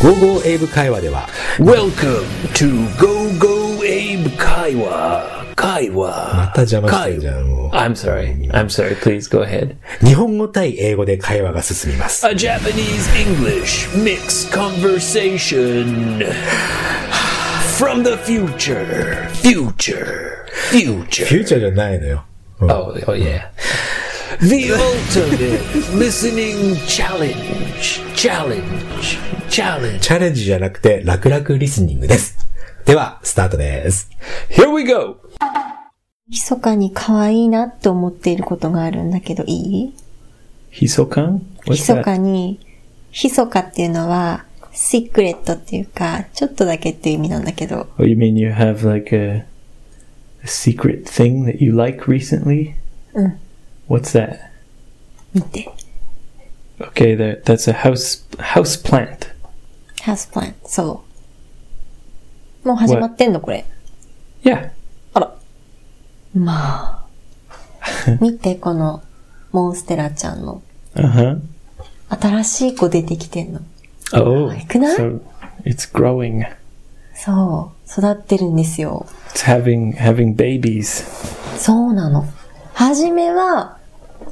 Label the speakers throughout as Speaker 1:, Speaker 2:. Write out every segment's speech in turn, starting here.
Speaker 1: GoGo 英語会話では
Speaker 2: Welcome to Go Go Abe Kaiwa.
Speaker 1: ま
Speaker 2: Kaiwa.
Speaker 1: た邪魔してるじゃんも
Speaker 2: I'm sorry. I'm sorry. Please go ahead.
Speaker 1: う日本語対英語で会話が進みます
Speaker 2: A Japanese English mixed conversation from the future. Future.
Speaker 1: フ
Speaker 2: Future.
Speaker 1: ューチャーじゃないのよ、うん
Speaker 2: Oh, oh yeah. The ultimate listening challenge. Challenge. Challenge.
Speaker 1: チャレンジじゃなくて楽々リスニングですではスタートです
Speaker 2: Here we go.
Speaker 3: 密かに可愛いなって思っていることがあるんだけどいい
Speaker 2: Hisokan?
Speaker 3: 密かに、密かっていうのは、シークレットっていうか、ちょっとだけっていう意味なんだけど、
Speaker 2: Oh, you mean you have like a, a secret thing that you like recently? What's that?
Speaker 3: 見て。
Speaker 2: Okay, that that's a house house plant.
Speaker 3: ハウスプラン、そう。もう始まってんのこれ。
Speaker 2: Yeah.
Speaker 3: あら。まあ。見て、この、モンステラちゃんの。
Speaker 2: Uh huh.
Speaker 3: 新しい子出てきてんの。
Speaker 2: Oh,
Speaker 3: Coconut?
Speaker 2: so it's growing.
Speaker 3: そう。育ってるんですよ。
Speaker 2: It's having having babies.
Speaker 3: そうなの。はじめは、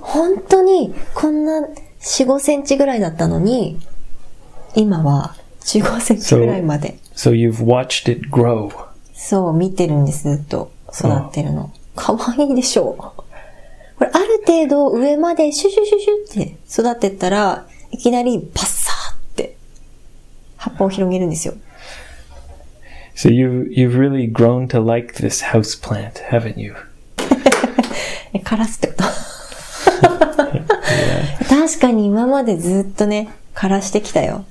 Speaker 3: 本当に、こんな、4、5センチぐらいだったのに、今は、15センチぐらいまで。
Speaker 2: So you've watched it grow.
Speaker 3: そう、見てるんです、ずっと。育ってるの。可愛いでしょこれ、ある程度上までシュシュシュシュって育ってったら、いきなりパッサーって、葉っぱを広げるんですよ。
Speaker 2: So you you've really grown to like this house plant, haven't you?
Speaker 3: え、カラスってこと 確かに今までずっとね、枯らしてきたよ。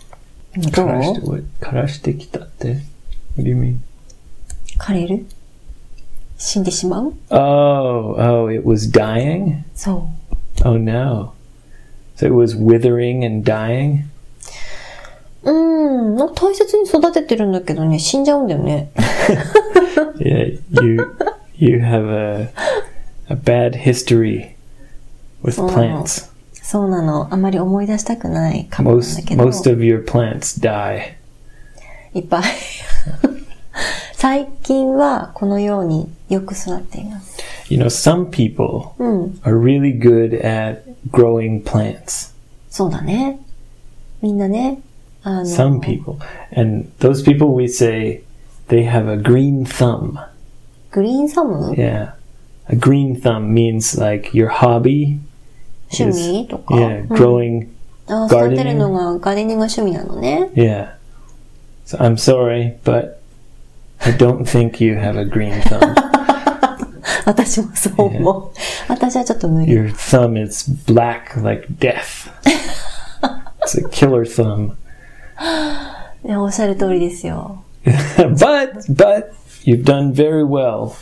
Speaker 3: どう
Speaker 2: What do you mean?
Speaker 3: 枯れる死んでしまう
Speaker 2: Oh, oh, it was dying.
Speaker 3: そ
Speaker 2: Oh no. So it was withering and dying?
Speaker 3: う。うん、なんか大切に育ててるんだけどね、死んじゃうんだよね。
Speaker 2: Yeah, you you have a a bad history with
Speaker 3: Oh.
Speaker 2: plants.
Speaker 3: そうなの。あまり思い出したくないかもなんだ
Speaker 2: Most
Speaker 3: けど。
Speaker 2: most of your plants die.
Speaker 3: いっぱい。 最近はこのようによく育っています。
Speaker 2: You know, some people
Speaker 3: うん、
Speaker 2: are really good at growing plants.
Speaker 3: そうだね。みんなね。あの
Speaker 2: Some people. And those people we say they have a green thumb.
Speaker 3: グリーンサム
Speaker 2: Yeah. A green thumb means like your hobby
Speaker 3: 趣
Speaker 2: is
Speaker 3: 味とか。
Speaker 2: yeah, growing
Speaker 3: あ
Speaker 2: ガー
Speaker 3: 育
Speaker 2: デニング
Speaker 3: てるのがガーデニングが趣味なのね。
Speaker 2: Yeah. So I'm sorry, but I don't think you have a green thumb.
Speaker 3: 私もそう思う。私はちょっと無理。
Speaker 2: Your thumb is black like death. It's a killer thumb.
Speaker 3: ねおっしゃる通りですよ。
Speaker 2: but but you've done very well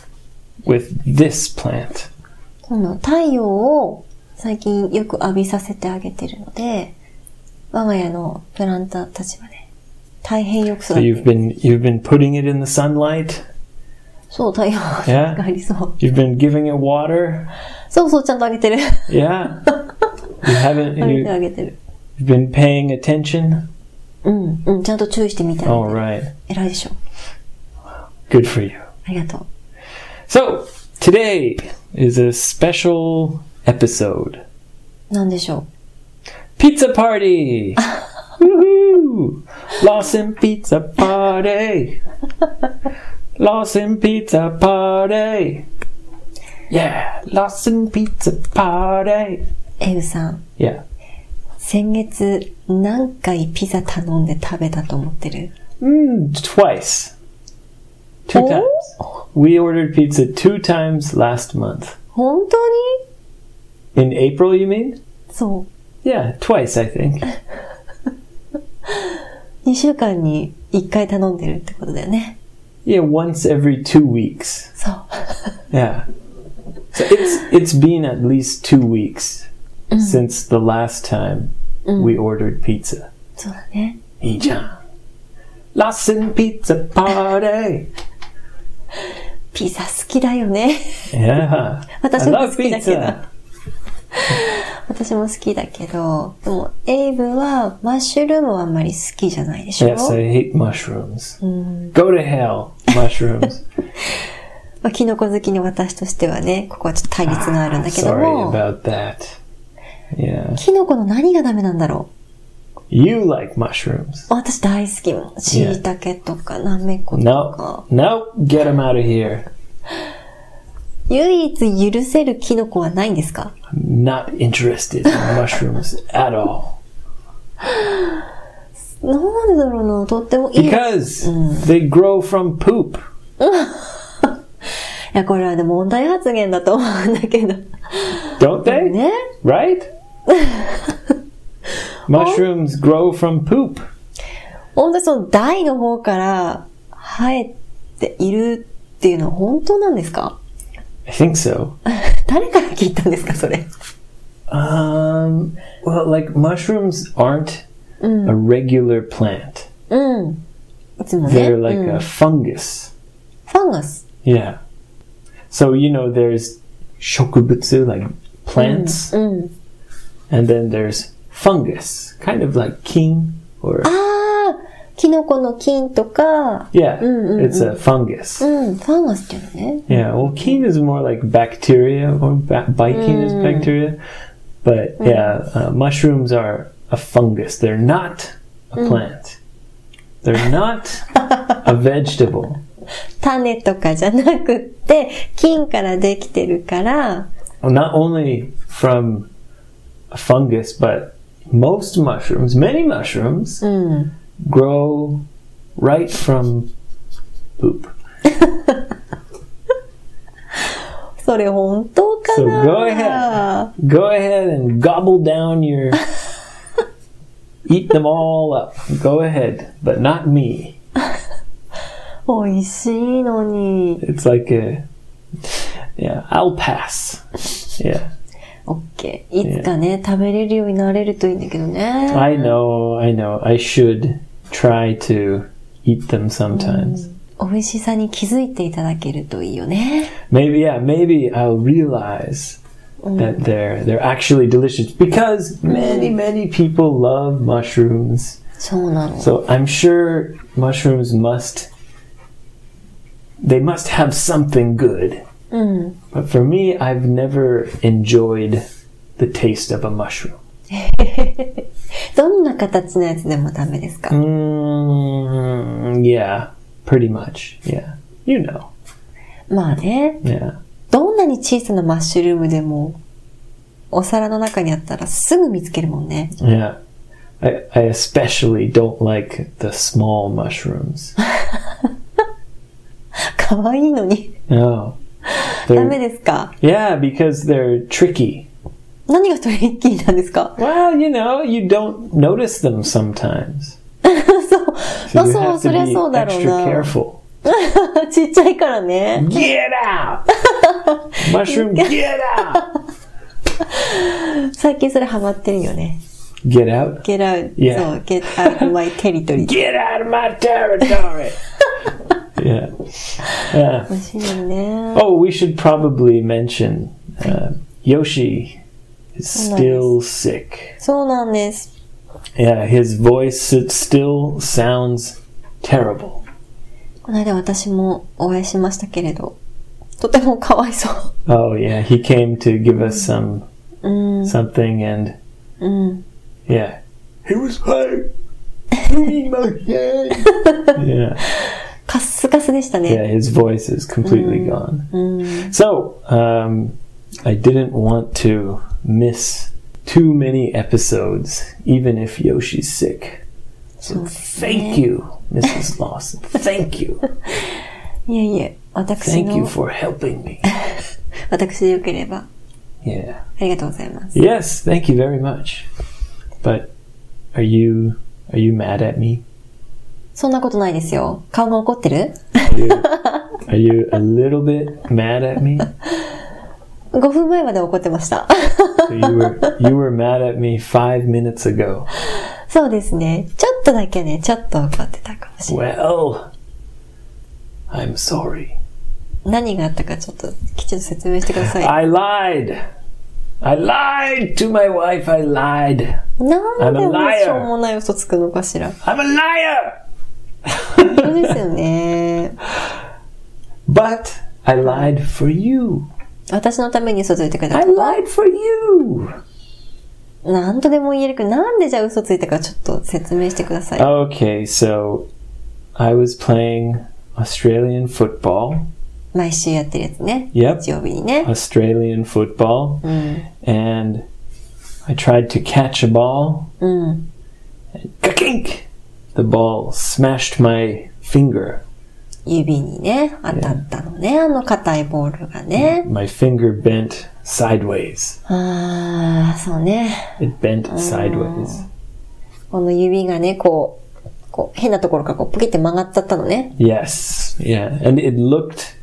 Speaker 2: with this plant.
Speaker 3: その太陽を最近よく浴びさせてあげてるので、我が家のプランターたちはね、大変よく育
Speaker 2: So
Speaker 3: っている。
Speaker 2: you've been you've been putting it in the sunlight.
Speaker 3: そう、太陽
Speaker 2: え
Speaker 3: がありそう。
Speaker 2: You've been giving it water.
Speaker 3: そうそう、ちゃんとあげてる。
Speaker 2: Yeah. You haven't
Speaker 3: あげてあ
Speaker 2: you,
Speaker 3: げてる。
Speaker 2: you've been paying attention.
Speaker 3: うん、うん、ちゃんと注意してみた
Speaker 2: All
Speaker 3: ら。
Speaker 2: right.
Speaker 3: 偉いでしょ。
Speaker 2: Good for you.
Speaker 3: ありがとう。
Speaker 2: So, today is a special episode
Speaker 3: なんでしょ
Speaker 2: Pizza Party! Woohoo! Lawson Pizza Party! Lawson Pizza Party! Yeah, Lawson Pizza Party!
Speaker 3: う。エウさん、
Speaker 2: Yeah.
Speaker 3: 先月何回ピザ頼んで食べたと思ってる
Speaker 2: Mm, twice. Two
Speaker 3: Oh.
Speaker 2: times. We ordered pizza two times last month.
Speaker 3: 本当に
Speaker 2: In April, you mean?
Speaker 3: そ
Speaker 2: Yeah, twice, I think.
Speaker 3: う。2週間に1回頼んでるってことだよね。
Speaker 2: Yeah, once every two weeks.
Speaker 3: そう。
Speaker 2: Yeah. So it's it's been at least two weeks since the last time we ordered pizza.
Speaker 3: そうだね。
Speaker 2: Ijan. Lassen pizza party.
Speaker 3: ピザ好きだよね。
Speaker 2: Yeah. I
Speaker 3: 私も
Speaker 2: love
Speaker 3: 好きだけど
Speaker 2: pizza.。
Speaker 3: 私も好きだけど、でも、エイブはマッシュルームはあんまり好きじゃないでしょ
Speaker 2: Yes, I hate mushrooms.
Speaker 3: うん。
Speaker 2: Go to hell, mushrooms.
Speaker 3: まあ、キノコ好きの私としてはね、ここはちょっと対立があるんだけど
Speaker 2: Sorry
Speaker 3: も、
Speaker 2: about that. Yeah.
Speaker 3: キノコの何がダメなんだろ
Speaker 2: You like mushrooms.
Speaker 3: う私大好きもん。しいたけとか、なめこと
Speaker 2: No,
Speaker 3: か。
Speaker 2: no, get them out of here.
Speaker 3: 唯一許せるキノコはないんですか
Speaker 2: Not interested in mushrooms at all.
Speaker 3: なんでだろうな、とってもいい。い
Speaker 2: Because they grow from poop.
Speaker 3: や、これはでも問題発言だと思うんだけど。
Speaker 2: Don't they?
Speaker 3: ね
Speaker 2: Right? Mushrooms grow from poop.
Speaker 3: 本当にその台の方から生えているっていうのは本当なんですか
Speaker 2: I think so.
Speaker 3: 誰から聞いたんですか、それ。
Speaker 2: Um, well, like mushrooms aren't a
Speaker 3: Mm.
Speaker 2: regular plant.
Speaker 3: うん。いつもね。
Speaker 2: They're like
Speaker 3: うん
Speaker 2: a fungus.
Speaker 3: ファンガス。
Speaker 2: Yeah. So you know there's shokubutsu like plants
Speaker 3: うん。
Speaker 2: and then there's fungus, kind of like king or
Speaker 3: ああ、キノコの菌とか、
Speaker 2: yeah,
Speaker 3: mm, mm,
Speaker 2: it's a fungus.
Speaker 3: うん、ファンガスっていうのね。
Speaker 2: Yeah, well, keen is more like bacteria, or ba- biking is bacteria. But yeah, uh, mushrooms are a fungus. They're not a plant. They're not a vegetable.
Speaker 3: 種とかじゃなくって、菌からできてるから、
Speaker 2: Well, not only from a fungus, but most mushrooms, many mushrooms,
Speaker 3: うん。
Speaker 2: grow right from poop.
Speaker 3: それ本当かな
Speaker 2: So go ahead. Go ahead and gobble down your. Eat them all up. Go ahead, but not me.
Speaker 3: 美味しいのに。
Speaker 2: It's like a. Yeah, I'll pass. Yeah.
Speaker 3: オッケー。いつかね、食べれるようになれるといいんだけどね。
Speaker 2: I know, I know. I should try to eat them sometimes.
Speaker 3: 美味しさに気づいていただけるといいよね。
Speaker 2: Maybe, yeah, maybe I'll realize that they're they're actually delicious because many, many people love mushrooms.
Speaker 3: そうなの。
Speaker 2: So I'm sure mushrooms must they must have something good.
Speaker 3: うん。
Speaker 2: But for me, I've never enjoyed the taste of a mushroom.
Speaker 3: どんな形のやつでもダメですか、
Speaker 2: Mm, yeah, pretty much. Yeah. You know.
Speaker 3: まあね、
Speaker 2: Yeah.
Speaker 3: どんなに小さなマッシュルームでも、お皿の中にあったらすぐ見つけるもんね。
Speaker 2: Yeah. I, I especially don't like the small mushrooms.
Speaker 3: 可愛いのに。
Speaker 2: No.
Speaker 3: ダメ
Speaker 2: They're,
Speaker 3: ですか
Speaker 2: yeah, because they're tricky.
Speaker 3: 何がトリッキーなんです か
Speaker 2: Well, you know, you don't notice them sometimes.
Speaker 3: そう。まあ
Speaker 2: So you
Speaker 3: そう、
Speaker 2: have
Speaker 3: そりゃそう
Speaker 2: to be
Speaker 3: だろう
Speaker 2: extra
Speaker 3: な。
Speaker 2: careful.
Speaker 3: ちっちゃいからね。
Speaker 2: Get out! Mushroom, get out!
Speaker 3: 最近それハマってるよね。
Speaker 2: Get out!
Speaker 3: get out,
Speaker 2: Yeah.
Speaker 3: そう、get out of my territory.
Speaker 2: Get out of my territory! yeah. Yeah.
Speaker 3: 美味しいのにね。
Speaker 2: Oh, we should probably mention uh, Yoshi is
Speaker 3: nice.
Speaker 2: still sick.
Speaker 3: そうなんです。
Speaker 2: Yeah, his voice it still sounds terrible.
Speaker 3: この間私もお会いしましたけれど、とてもかわいそう。
Speaker 2: Oh yeah, he came to give us some
Speaker 3: うん、
Speaker 2: something and
Speaker 3: うん。
Speaker 2: yeah. He was hurt. yeah.
Speaker 3: カッスカスでした
Speaker 2: Yeah,
Speaker 3: ね。
Speaker 2: his voice is completely gone.
Speaker 3: うん、
Speaker 2: So, um, I didn't want to miss too many episodes, even if Yoshi's sick.
Speaker 3: そうですね
Speaker 2: Thank you, Mrs. Lawson. Thank you.
Speaker 3: いえいえ、私
Speaker 2: Thank you
Speaker 3: の、
Speaker 2: for helping me.
Speaker 3: 私でよければ、
Speaker 2: Yeah.
Speaker 3: ありがとうございます。
Speaker 2: Yes, thank you very much. But are you are you mad at me?
Speaker 3: そんなことないですよ。顔が怒ってる
Speaker 2: Are you, are you a little bit mad at me?
Speaker 3: ?5 分前まで怒ってました。
Speaker 2: So you were you were mad at me five minutes ago.
Speaker 3: そうですね。ちょっとだけね、ちょっと怒ってたかもしれない。
Speaker 2: Well, I'm sorry.
Speaker 3: 何があったかちょっと、きちんと説明してください。
Speaker 2: I lied. I lied to my wife, I lied.
Speaker 3: なんで
Speaker 2: I'm a
Speaker 3: こんな
Speaker 2: liar.
Speaker 3: しょうもない嘘つくのかしら。
Speaker 2: I'm a liar!
Speaker 3: そうですよ ね。
Speaker 2: But I lied for you.
Speaker 3: 私のために嘘ついてくれた
Speaker 2: I lied for you.
Speaker 3: なんとでも言えるけど、なんでじゃあ嘘ついたかちょっと説明してください。
Speaker 2: Okay, so I was playing Australian football.
Speaker 3: 毎週やってるやつね。
Speaker 2: Yep.
Speaker 3: 日曜日にね。
Speaker 2: Australian football. And I tried to catch a ball. And ka-kink! The ball smashed my finger.
Speaker 3: 指にね、当たったのね。あの硬いボールがね。
Speaker 2: My finger bent sideways.
Speaker 3: ああ、そうね。
Speaker 2: It bent sideways.
Speaker 3: この指がね、こう、こう変なところからこうポキって曲がっちゃったのね。
Speaker 2: Yes, yeah. And it looked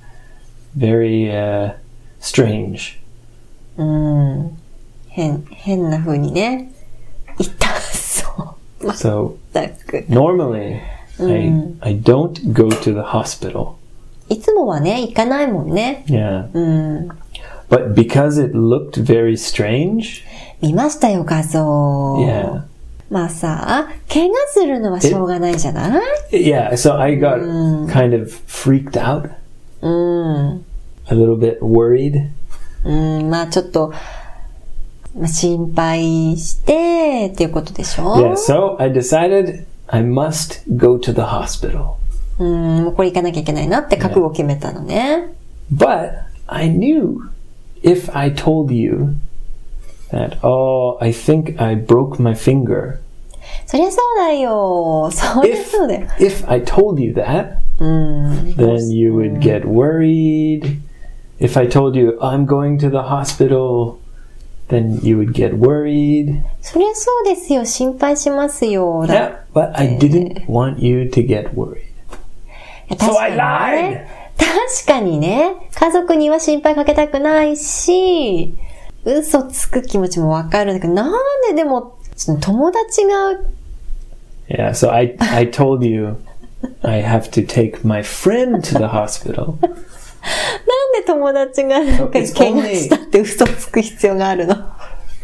Speaker 2: very uh, strange.
Speaker 3: 変、変な風にね。痛そう。まっ
Speaker 2: So
Speaker 3: たく。
Speaker 2: normally, I, I don't go to the hospital.
Speaker 3: いつもはね、行かないもんね。
Speaker 2: Yeah. But because it looked very strange,
Speaker 3: 見ましたよ、画像。
Speaker 2: yeah.
Speaker 3: まあさ、怪我するのはしょうがないじゃない
Speaker 2: Yeah, so I got kind of freaked out,
Speaker 3: うん。
Speaker 2: a little bit worried.
Speaker 3: うん、まあちょっと、まあ、心配して、っていうことでしょ
Speaker 2: Yeah, so I decided I must go to the hospital.
Speaker 3: うん、もうこれ行かなきゃいけないなって覚悟を決めたのね。
Speaker 2: But I knew if I told you that, oh, I think I broke my finger,
Speaker 3: そりゃそうだよ。そりゃ
Speaker 2: if,
Speaker 3: そうだよ。
Speaker 2: if Oh, I Mm. told you that, then you would get worried. If I told you I'm going to the hospital, then you would get worried.
Speaker 3: そりゃそうですよ。心配しますよ。だ
Speaker 2: Yeah, but I didn't want you to get worried.
Speaker 3: いや確かに
Speaker 2: So I lied.
Speaker 3: ね。確かにね。家族には心配かけたくないし、嘘つく気持ちもわかるんだけど、なんででも、その友達が
Speaker 2: Yeah, so I I told you I have to take my friend to the hospital.
Speaker 3: なんで友達がなんか
Speaker 2: It's
Speaker 3: 怪我したって嘘つく必要があるの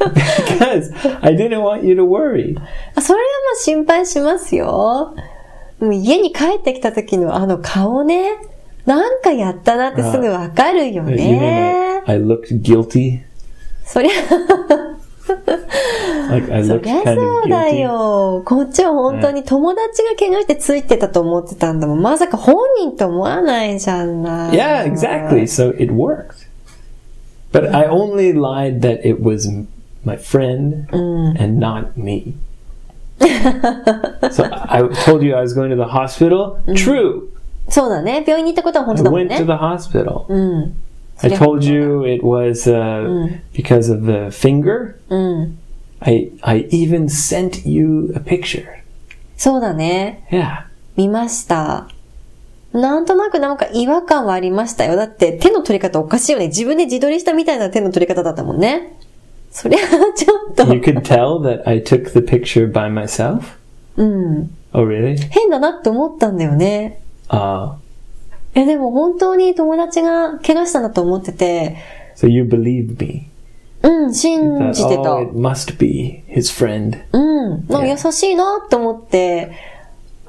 Speaker 2: Because I didn't want you to worry.
Speaker 3: あそれはまあ心配しますよ。もう家に帰ってきた時のあの顔ね、なんかやったなってすぐわかるよ
Speaker 2: You know,
Speaker 3: ね。
Speaker 2: I looked guilty.
Speaker 3: そりゃ、
Speaker 2: Like I
Speaker 3: そ
Speaker 2: looked
Speaker 3: りゃ
Speaker 2: kind
Speaker 3: そ
Speaker 2: of
Speaker 3: うだ
Speaker 2: guilty.
Speaker 3: よ。こっちは本当に友達が怪我してついてたと思ってたんだもん。まさか本人と思わないじゃない。
Speaker 2: Yeah, exactly. So it worked. But I only lied that it was m- my friend and not me. so I I told you I was going to the hospital. True.
Speaker 3: そうだね。病院に行ったことは本
Speaker 2: I
Speaker 3: 当だもん
Speaker 2: went
Speaker 3: ね。
Speaker 2: to the hospital.
Speaker 3: うん。
Speaker 2: I told you it was uh, because of the finger.
Speaker 3: うん。
Speaker 2: I I even sent you a picture.
Speaker 3: そうだね。
Speaker 2: Yeah.
Speaker 3: 見ました。なんとなくなんか違和感はありましたよ。だって手の取り方おかしいよね。自分で自撮りしたみたいな手の取り方だったもんね。そりゃあちょっと
Speaker 2: You could tell that I took the picture by myself. Oh really?
Speaker 3: 変だなって思ったんだよね。
Speaker 2: Uh,
Speaker 3: え、でも本当に友達が怪我したんだと思ってて、
Speaker 2: so you believed me.
Speaker 3: うん、信
Speaker 2: That,
Speaker 3: じてた
Speaker 2: oh,。it must be his friend.
Speaker 3: うん、なんか優しいなって思って、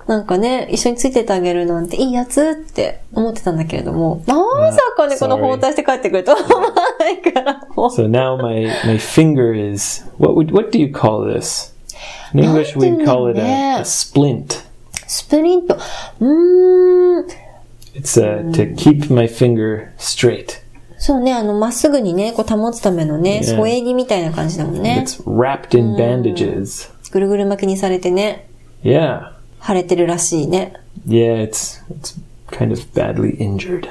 Speaker 3: なんかね、一緒についてってあげるなんていいやつって思ってたんだけれども、まさかね、
Speaker 2: sorry.
Speaker 3: この包帯して帰ってくるとは思わないから、もう
Speaker 2: So now my, my finger is what would what do you call this? In English we'd call it a, a splint.
Speaker 3: スプリント。うーん。
Speaker 2: It's uh, to keep my finger straight.
Speaker 3: そうね、あの、まっすぐにね、こう保つためのね、
Speaker 2: Yeah.
Speaker 3: 添え木みたいな感じだもんね。
Speaker 2: It's wrapped in bandages.
Speaker 3: ぐるぐる巻きにされてね、
Speaker 2: Yeah.
Speaker 3: 腫れてるらしいね。
Speaker 2: Yeah, it's it's kind of badly injured.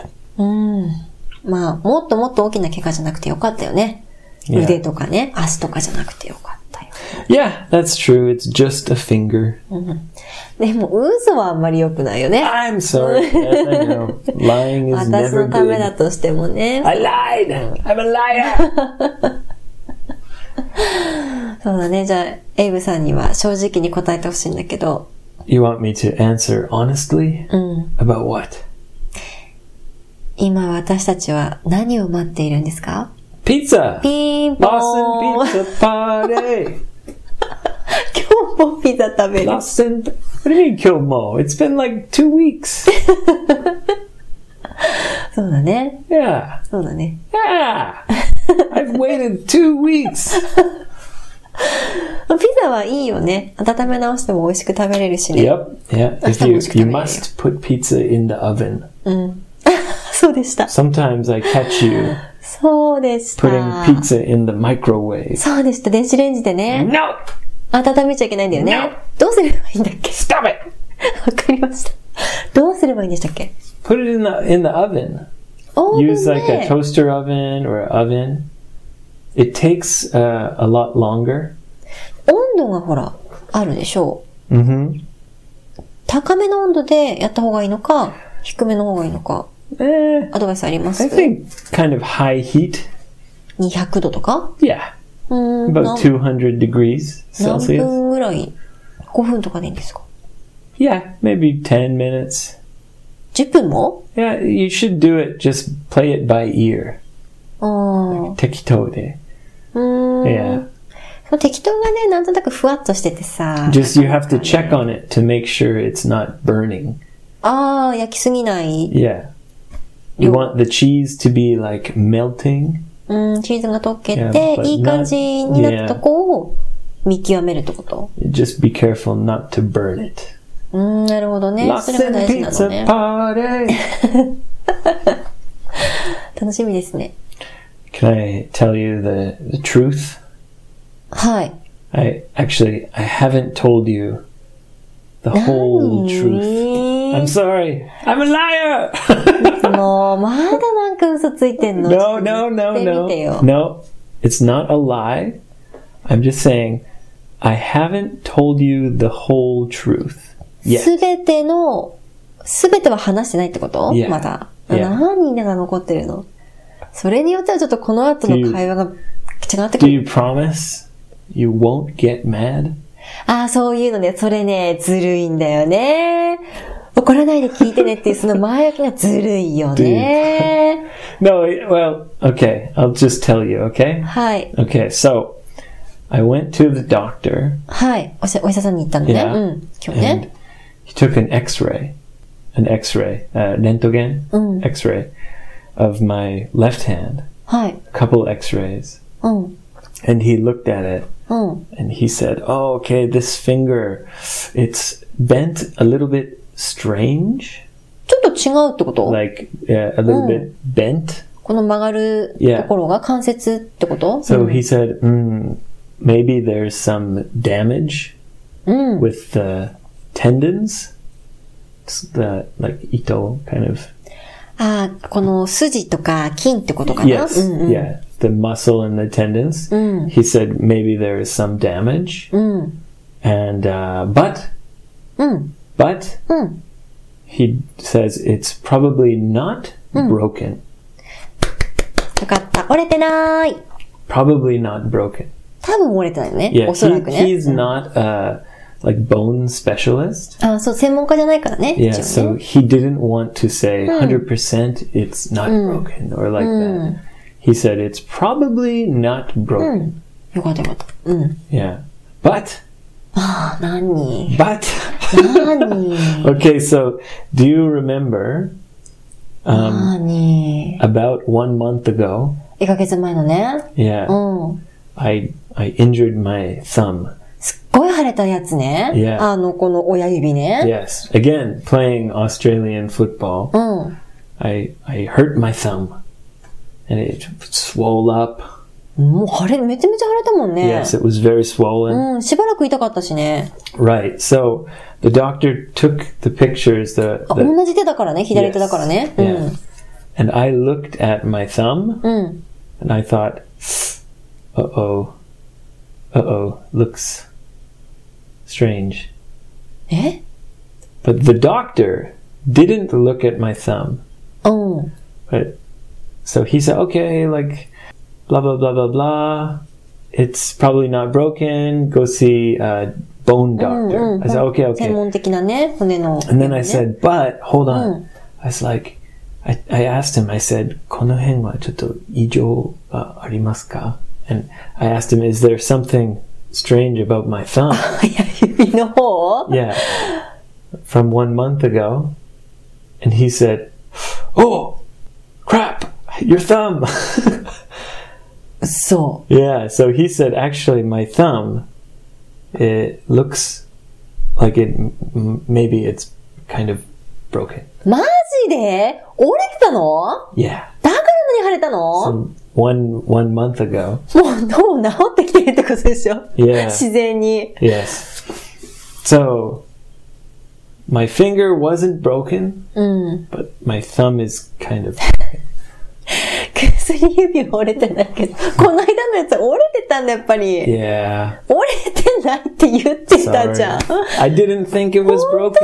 Speaker 3: まあ、もっともっと大きな怪我じゃなくてよかったよね。
Speaker 2: Yeah.
Speaker 3: 腕とかね、足とかじゃなくてよかったよ。
Speaker 2: Yeah, that's true. It's just a finger.
Speaker 3: でも、嘘はあんまり良くないよね。
Speaker 2: I'm sorry. Yes, I know. Lying
Speaker 3: 私
Speaker 2: is never
Speaker 3: のため
Speaker 2: good.
Speaker 3: だとしてもね。
Speaker 2: I lied. I'm a liar.
Speaker 3: そうだね。じゃあ、エイブさんには正直に答えてほしいんだけど、
Speaker 2: You want me to answer honestly about what?
Speaker 3: 今私たちは何を待っているんですか
Speaker 2: Pizza!
Speaker 3: ピンポーン
Speaker 2: Boston Pizza Party!
Speaker 3: 今日もピザ食べる。
Speaker 2: Boston. What do you mean, kill Mo? It's been like two weeks.
Speaker 3: そうだね。
Speaker 2: Yeah.
Speaker 3: そうだね。
Speaker 2: Yeah. I've waited two weeks.
Speaker 3: ピザはいいよね。温め直しても美味しく食べれるしね。
Speaker 2: Yep. Yeah. If
Speaker 3: sounds
Speaker 2: you,
Speaker 3: good.
Speaker 2: you must put pizza in the oven.
Speaker 3: そうでした。
Speaker 2: Sometimes I catch you
Speaker 3: そうでした。
Speaker 2: putting pizza in the microwave.
Speaker 3: そうでした。電子レンジでね。
Speaker 2: No!
Speaker 3: 温めちゃいけないんだよね
Speaker 2: No.。
Speaker 3: どうすればいいんだっけ
Speaker 2: Stop it!
Speaker 3: わかりました。どうすればいいんでしたっけ
Speaker 2: Put it in the in the oven.
Speaker 3: オーブ
Speaker 2: Use
Speaker 3: ン
Speaker 2: like a
Speaker 3: で
Speaker 2: toaster oven or an oven. It takes uh, a lot longer.
Speaker 3: 温度がほら、あるでしょう。
Speaker 2: Mm-hmm.
Speaker 3: 高めの温度でやった方がいいのか、低めの方がいいのか、
Speaker 2: Eh,
Speaker 3: アドバイスあります
Speaker 2: I think kind of high heat.
Speaker 3: 200度とか
Speaker 2: Yeah.
Speaker 3: うーん何
Speaker 2: About 200 degrees
Speaker 3: 何
Speaker 2: Celsius.
Speaker 3: 分ぐらい ?5 分とかでいいんですか
Speaker 2: Yeah, maybe 10 minutes.
Speaker 3: 10分も
Speaker 2: Yeah, you should do it. Just play it by ear.
Speaker 3: あー
Speaker 2: Tekitode.
Speaker 3: うーん
Speaker 2: Yeah.
Speaker 3: その適当がね、なんとなくふわっとしててさ。
Speaker 2: Just you have to check on it to make sure it's not burning.
Speaker 3: ああ、焼きすぎない。
Speaker 2: Yeah. You want the cheese to be like melting.
Speaker 3: うん、チーズが溶け
Speaker 2: いや
Speaker 3: て
Speaker 2: やっぱ、り
Speaker 3: いい感じになったとこを見極めるってこと。
Speaker 2: Just be careful not to burn it.
Speaker 3: うん、なるほどね。それ
Speaker 2: Lots
Speaker 3: が
Speaker 2: and
Speaker 3: 大事なの
Speaker 2: pizza
Speaker 3: ね。
Speaker 2: party.
Speaker 3: 楽しみですね。
Speaker 2: Can I tell you the, the truth?
Speaker 3: はい。
Speaker 2: I actually I haven't told you the whole truth.
Speaker 3: え
Speaker 2: I'm
Speaker 3: ー
Speaker 2: sorry. I'm a liar.
Speaker 3: もう、まだなんか嘘ついてんの
Speaker 2: no, no, no,
Speaker 3: ちょっと言ってみて
Speaker 2: no.
Speaker 3: よ。
Speaker 2: No, it's not a lie. I'm just saying I haven't told you the whole truth.
Speaker 3: す
Speaker 2: Yet.
Speaker 3: べての、すべては話してないってこと、
Speaker 2: Yeah.
Speaker 3: まだ。
Speaker 2: Yeah.
Speaker 3: 何人が残ってるのそれによってはちょっとこの後の会話が違ってく
Speaker 2: Do
Speaker 3: る。
Speaker 2: you promise you won't get mad?
Speaker 3: ああ、そういうのね、それね、ずるいんだよね。怒らないで聞いてねっていう、その前置きがずるいよね。
Speaker 2: No, it- well, okay. I'll just tell you, okay?
Speaker 3: はい。
Speaker 2: Okay, so I went to the doctor
Speaker 3: はい。おしお医者さんに行ったのね。
Speaker 2: Yeah.
Speaker 3: うん。今日
Speaker 2: and
Speaker 3: ね。
Speaker 2: he took an x-ray an x-ray uh, rentogen
Speaker 3: Mm.
Speaker 2: x-ray of my left hand
Speaker 3: はい。
Speaker 2: a couple x-rays
Speaker 3: うん。
Speaker 2: and he looked at it
Speaker 3: うん。
Speaker 2: and he said oh okay this finger it's bent a little bit strange
Speaker 3: ちょっと違うってこと、
Speaker 2: like uh, a little
Speaker 3: Mm.
Speaker 2: bit bent
Speaker 3: この曲がる
Speaker 2: Yeah.
Speaker 3: ところが関節ってこと、
Speaker 2: so he said mm, maybe there's some damage
Speaker 3: Mm.
Speaker 2: with the tendons it's the like ito kind of
Speaker 3: ああ、この筋とか筋ってことかな、
Speaker 2: Yes,
Speaker 3: うんうん。
Speaker 2: yeah, the muscle and the tendons.
Speaker 3: Mm.
Speaker 2: He said maybe there is some damage,
Speaker 3: うん。
Speaker 2: and uh, but
Speaker 3: う
Speaker 2: Mm.
Speaker 3: ん。
Speaker 2: but
Speaker 3: うん。
Speaker 2: he says it's probably not broken.
Speaker 3: よかった。折れてない。
Speaker 2: Probably not broken.
Speaker 3: 多分折れてないよね。
Speaker 2: Yeah, Mm.
Speaker 3: おそらく
Speaker 2: he,
Speaker 3: ね。
Speaker 2: he's not a like bone specialist.
Speaker 3: ああ、そう、専門家じゃないからね。
Speaker 2: Yeah,
Speaker 3: 一応
Speaker 2: so
Speaker 3: ね
Speaker 2: he didn't want to say hundred percent it's not broken or like that. He said it's probably not broken.
Speaker 3: よかったよかった。うん。
Speaker 2: Yeah, but
Speaker 3: あ何
Speaker 2: but.
Speaker 3: 何
Speaker 2: Okay, so do you remember
Speaker 3: 何
Speaker 2: about one month ago?
Speaker 3: 一ヶ月前のね。
Speaker 2: Yeah,
Speaker 3: うん。
Speaker 2: I I injured my thumb.
Speaker 3: すっごい腫れたやつね。
Speaker 2: Yeah.
Speaker 3: あの、この親指ね。
Speaker 2: Yes, again playing Australian football,
Speaker 3: うん。
Speaker 2: I I hurt my thumb, and it swole up.
Speaker 3: もう腫れ、めちゃめちゃ腫れたもんね。
Speaker 2: Yes, it was very swollen.
Speaker 3: うん、しばらく痛かったしね。
Speaker 2: Right. So the doctor took the pictures. The,
Speaker 3: あ
Speaker 2: the
Speaker 3: 同じ手だからね、左手だからね。
Speaker 2: yeah, and I looked at my thumb,
Speaker 3: うん。うん。
Speaker 2: and I thought, uh oh, uh oh, looks strange.
Speaker 3: え
Speaker 2: But the doctor didn't look at my thumb.
Speaker 3: うん。
Speaker 2: But so he said, okay, like blah blah blah blah blah. It's probably not broken. Go see a bone doctor. I
Speaker 3: mm.
Speaker 2: said, okay,
Speaker 3: 専
Speaker 2: okay.
Speaker 3: 門的なね、骨の。
Speaker 2: And then
Speaker 3: ね
Speaker 2: I said, but hold on. I was like, I, I asked him, I said, この辺はちょっと異常がありますか? And I asked him, is there something strange about my thumb?
Speaker 3: 親指の方
Speaker 2: yeah. From one month ago. And he said, oh, crap, your thumb.
Speaker 3: そ
Speaker 2: yeah, so he said, actually, my thumb, it looks like it, m- maybe it's kind of broken.
Speaker 3: う。マジで折れてたの
Speaker 2: Yeah.
Speaker 3: だから何腫れたの
Speaker 2: Um, One, one month ago.
Speaker 3: もう脳治ってきてるってことでしょ
Speaker 2: Yeah.
Speaker 3: 自然に。
Speaker 2: Yes. So, my finger wasn't broken,
Speaker 3: うん。
Speaker 2: but my thumb is kind of.
Speaker 3: 薬指は折れてないけ ど、この間のやつ折れてたんだ、やっぱり。
Speaker 2: Yeah.
Speaker 3: 折れてないって言ってた
Speaker 2: Sorry.
Speaker 3: じゃん。
Speaker 2: I didn't think it was broken.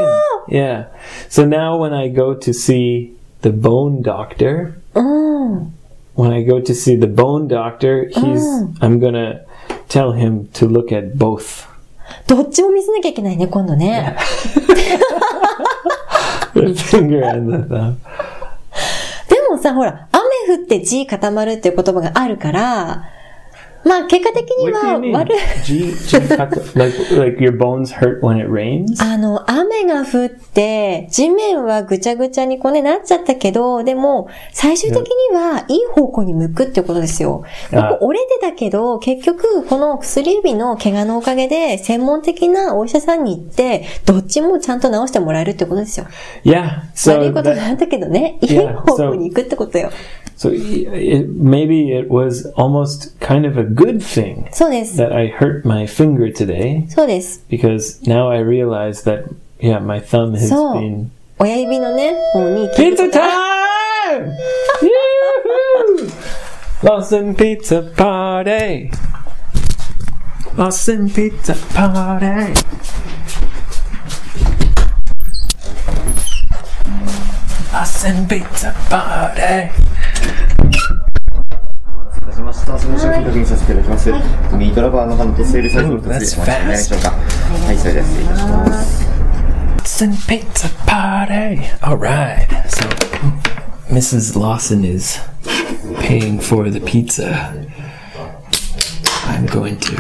Speaker 2: Yeah. So now when I go to see the bone doctor,
Speaker 3: うん。
Speaker 2: when I go to see the bone doctor, he's I'm gonna tell him to look at both.
Speaker 3: どっちも見せなきゃいけないね、今度ね。
Speaker 2: The finger and the thumb.
Speaker 3: でもさ、ほら、雨降って地固まるっていう言葉があるから、まあ結果的に
Speaker 2: What do
Speaker 3: は
Speaker 2: you mean?
Speaker 3: 悪い。
Speaker 2: G, G like like your bones hurt when it rains?
Speaker 3: あの、雨が降って、地面はぐちゃぐちゃにこうね、なっちゃったけど、でも、最終的には、いい方向に向くってことですよ。
Speaker 2: あ
Speaker 3: ここ折れてたけど、結局、この薬指の怪我のおかげで、専門的なお医者さんに行って、どっちもちゃんと治してもらえるってことですよ。
Speaker 2: Yeah.
Speaker 3: 悪
Speaker 2: So
Speaker 3: いことなんだけどね、いい方向に行くってことよ。
Speaker 2: So it, maybe it was almost kind of a good thing
Speaker 3: そうです。
Speaker 2: that I hurt my finger today
Speaker 3: そうです。
Speaker 2: because now I realize that yeah, my thumb has
Speaker 3: So-
Speaker 2: been
Speaker 3: 親指のね、方に効く
Speaker 2: pizza time. Yoo-hoo! Lawson pizza party. Lawson pizza party.
Speaker 4: いたしました。その商品確認させていただきます。ミートラバーのハムとセールサイズの2つでお待ちいないでしょうか。はい、それでは失礼いたします。
Speaker 2: Lawson Pizza Party. All right. So, Mrs. Lawson is paying for the pizza. I'm going to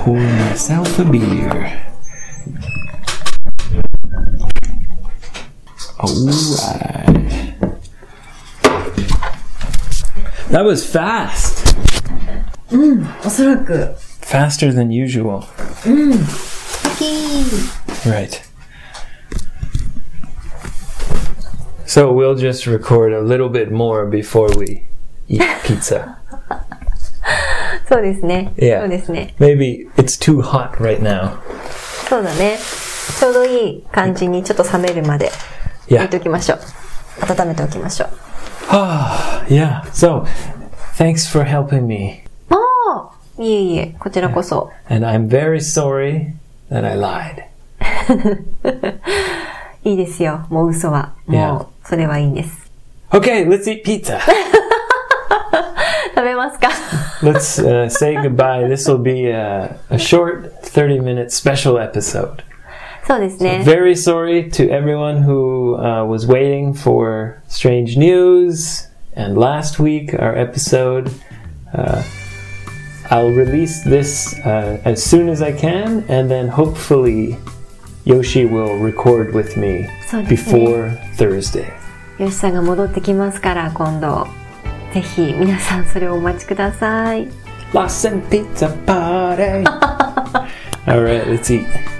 Speaker 2: pour myself a beer. All right. That was fast.
Speaker 3: Mm, おそらく。Mm,
Speaker 2: Faster than usual. Right. So we'll just record a little bit more before we eat pizza.
Speaker 3: そうですね。
Speaker 2: Yeah.
Speaker 3: そうですね。
Speaker 2: Maybe it's too hot right now.
Speaker 3: そうだね。ちょうどいい感じにちょっと冷めるまで置い
Speaker 2: Yeah.
Speaker 3: ておきましょう。温めておきましょう。
Speaker 2: Ah, yeah. So thanks for helping me.
Speaker 3: ああいえいえ、こちらこそ。
Speaker 2: And I'm very sorry that I lied.
Speaker 3: いいですよ。もう嘘は。もう、それはいいんです。
Speaker 2: Okay, let's eat pizza.
Speaker 3: 食べますか
Speaker 2: Let's uh, say goodbye. This will be a, a short 30 minute special episode.
Speaker 3: そうですね。
Speaker 2: Very sorry to everyone who uh, was waiting for strange news and last week our episode. Uh, I'll release this uh, as soon as I can, and then hopefully Yoshi will record with me
Speaker 3: そうですね。
Speaker 2: before Thursday.
Speaker 3: よしさんが戻ってきますから、今度。ぜひ、皆さんそれをお待ちください。
Speaker 2: Lost and pizza party. All right, let's eat.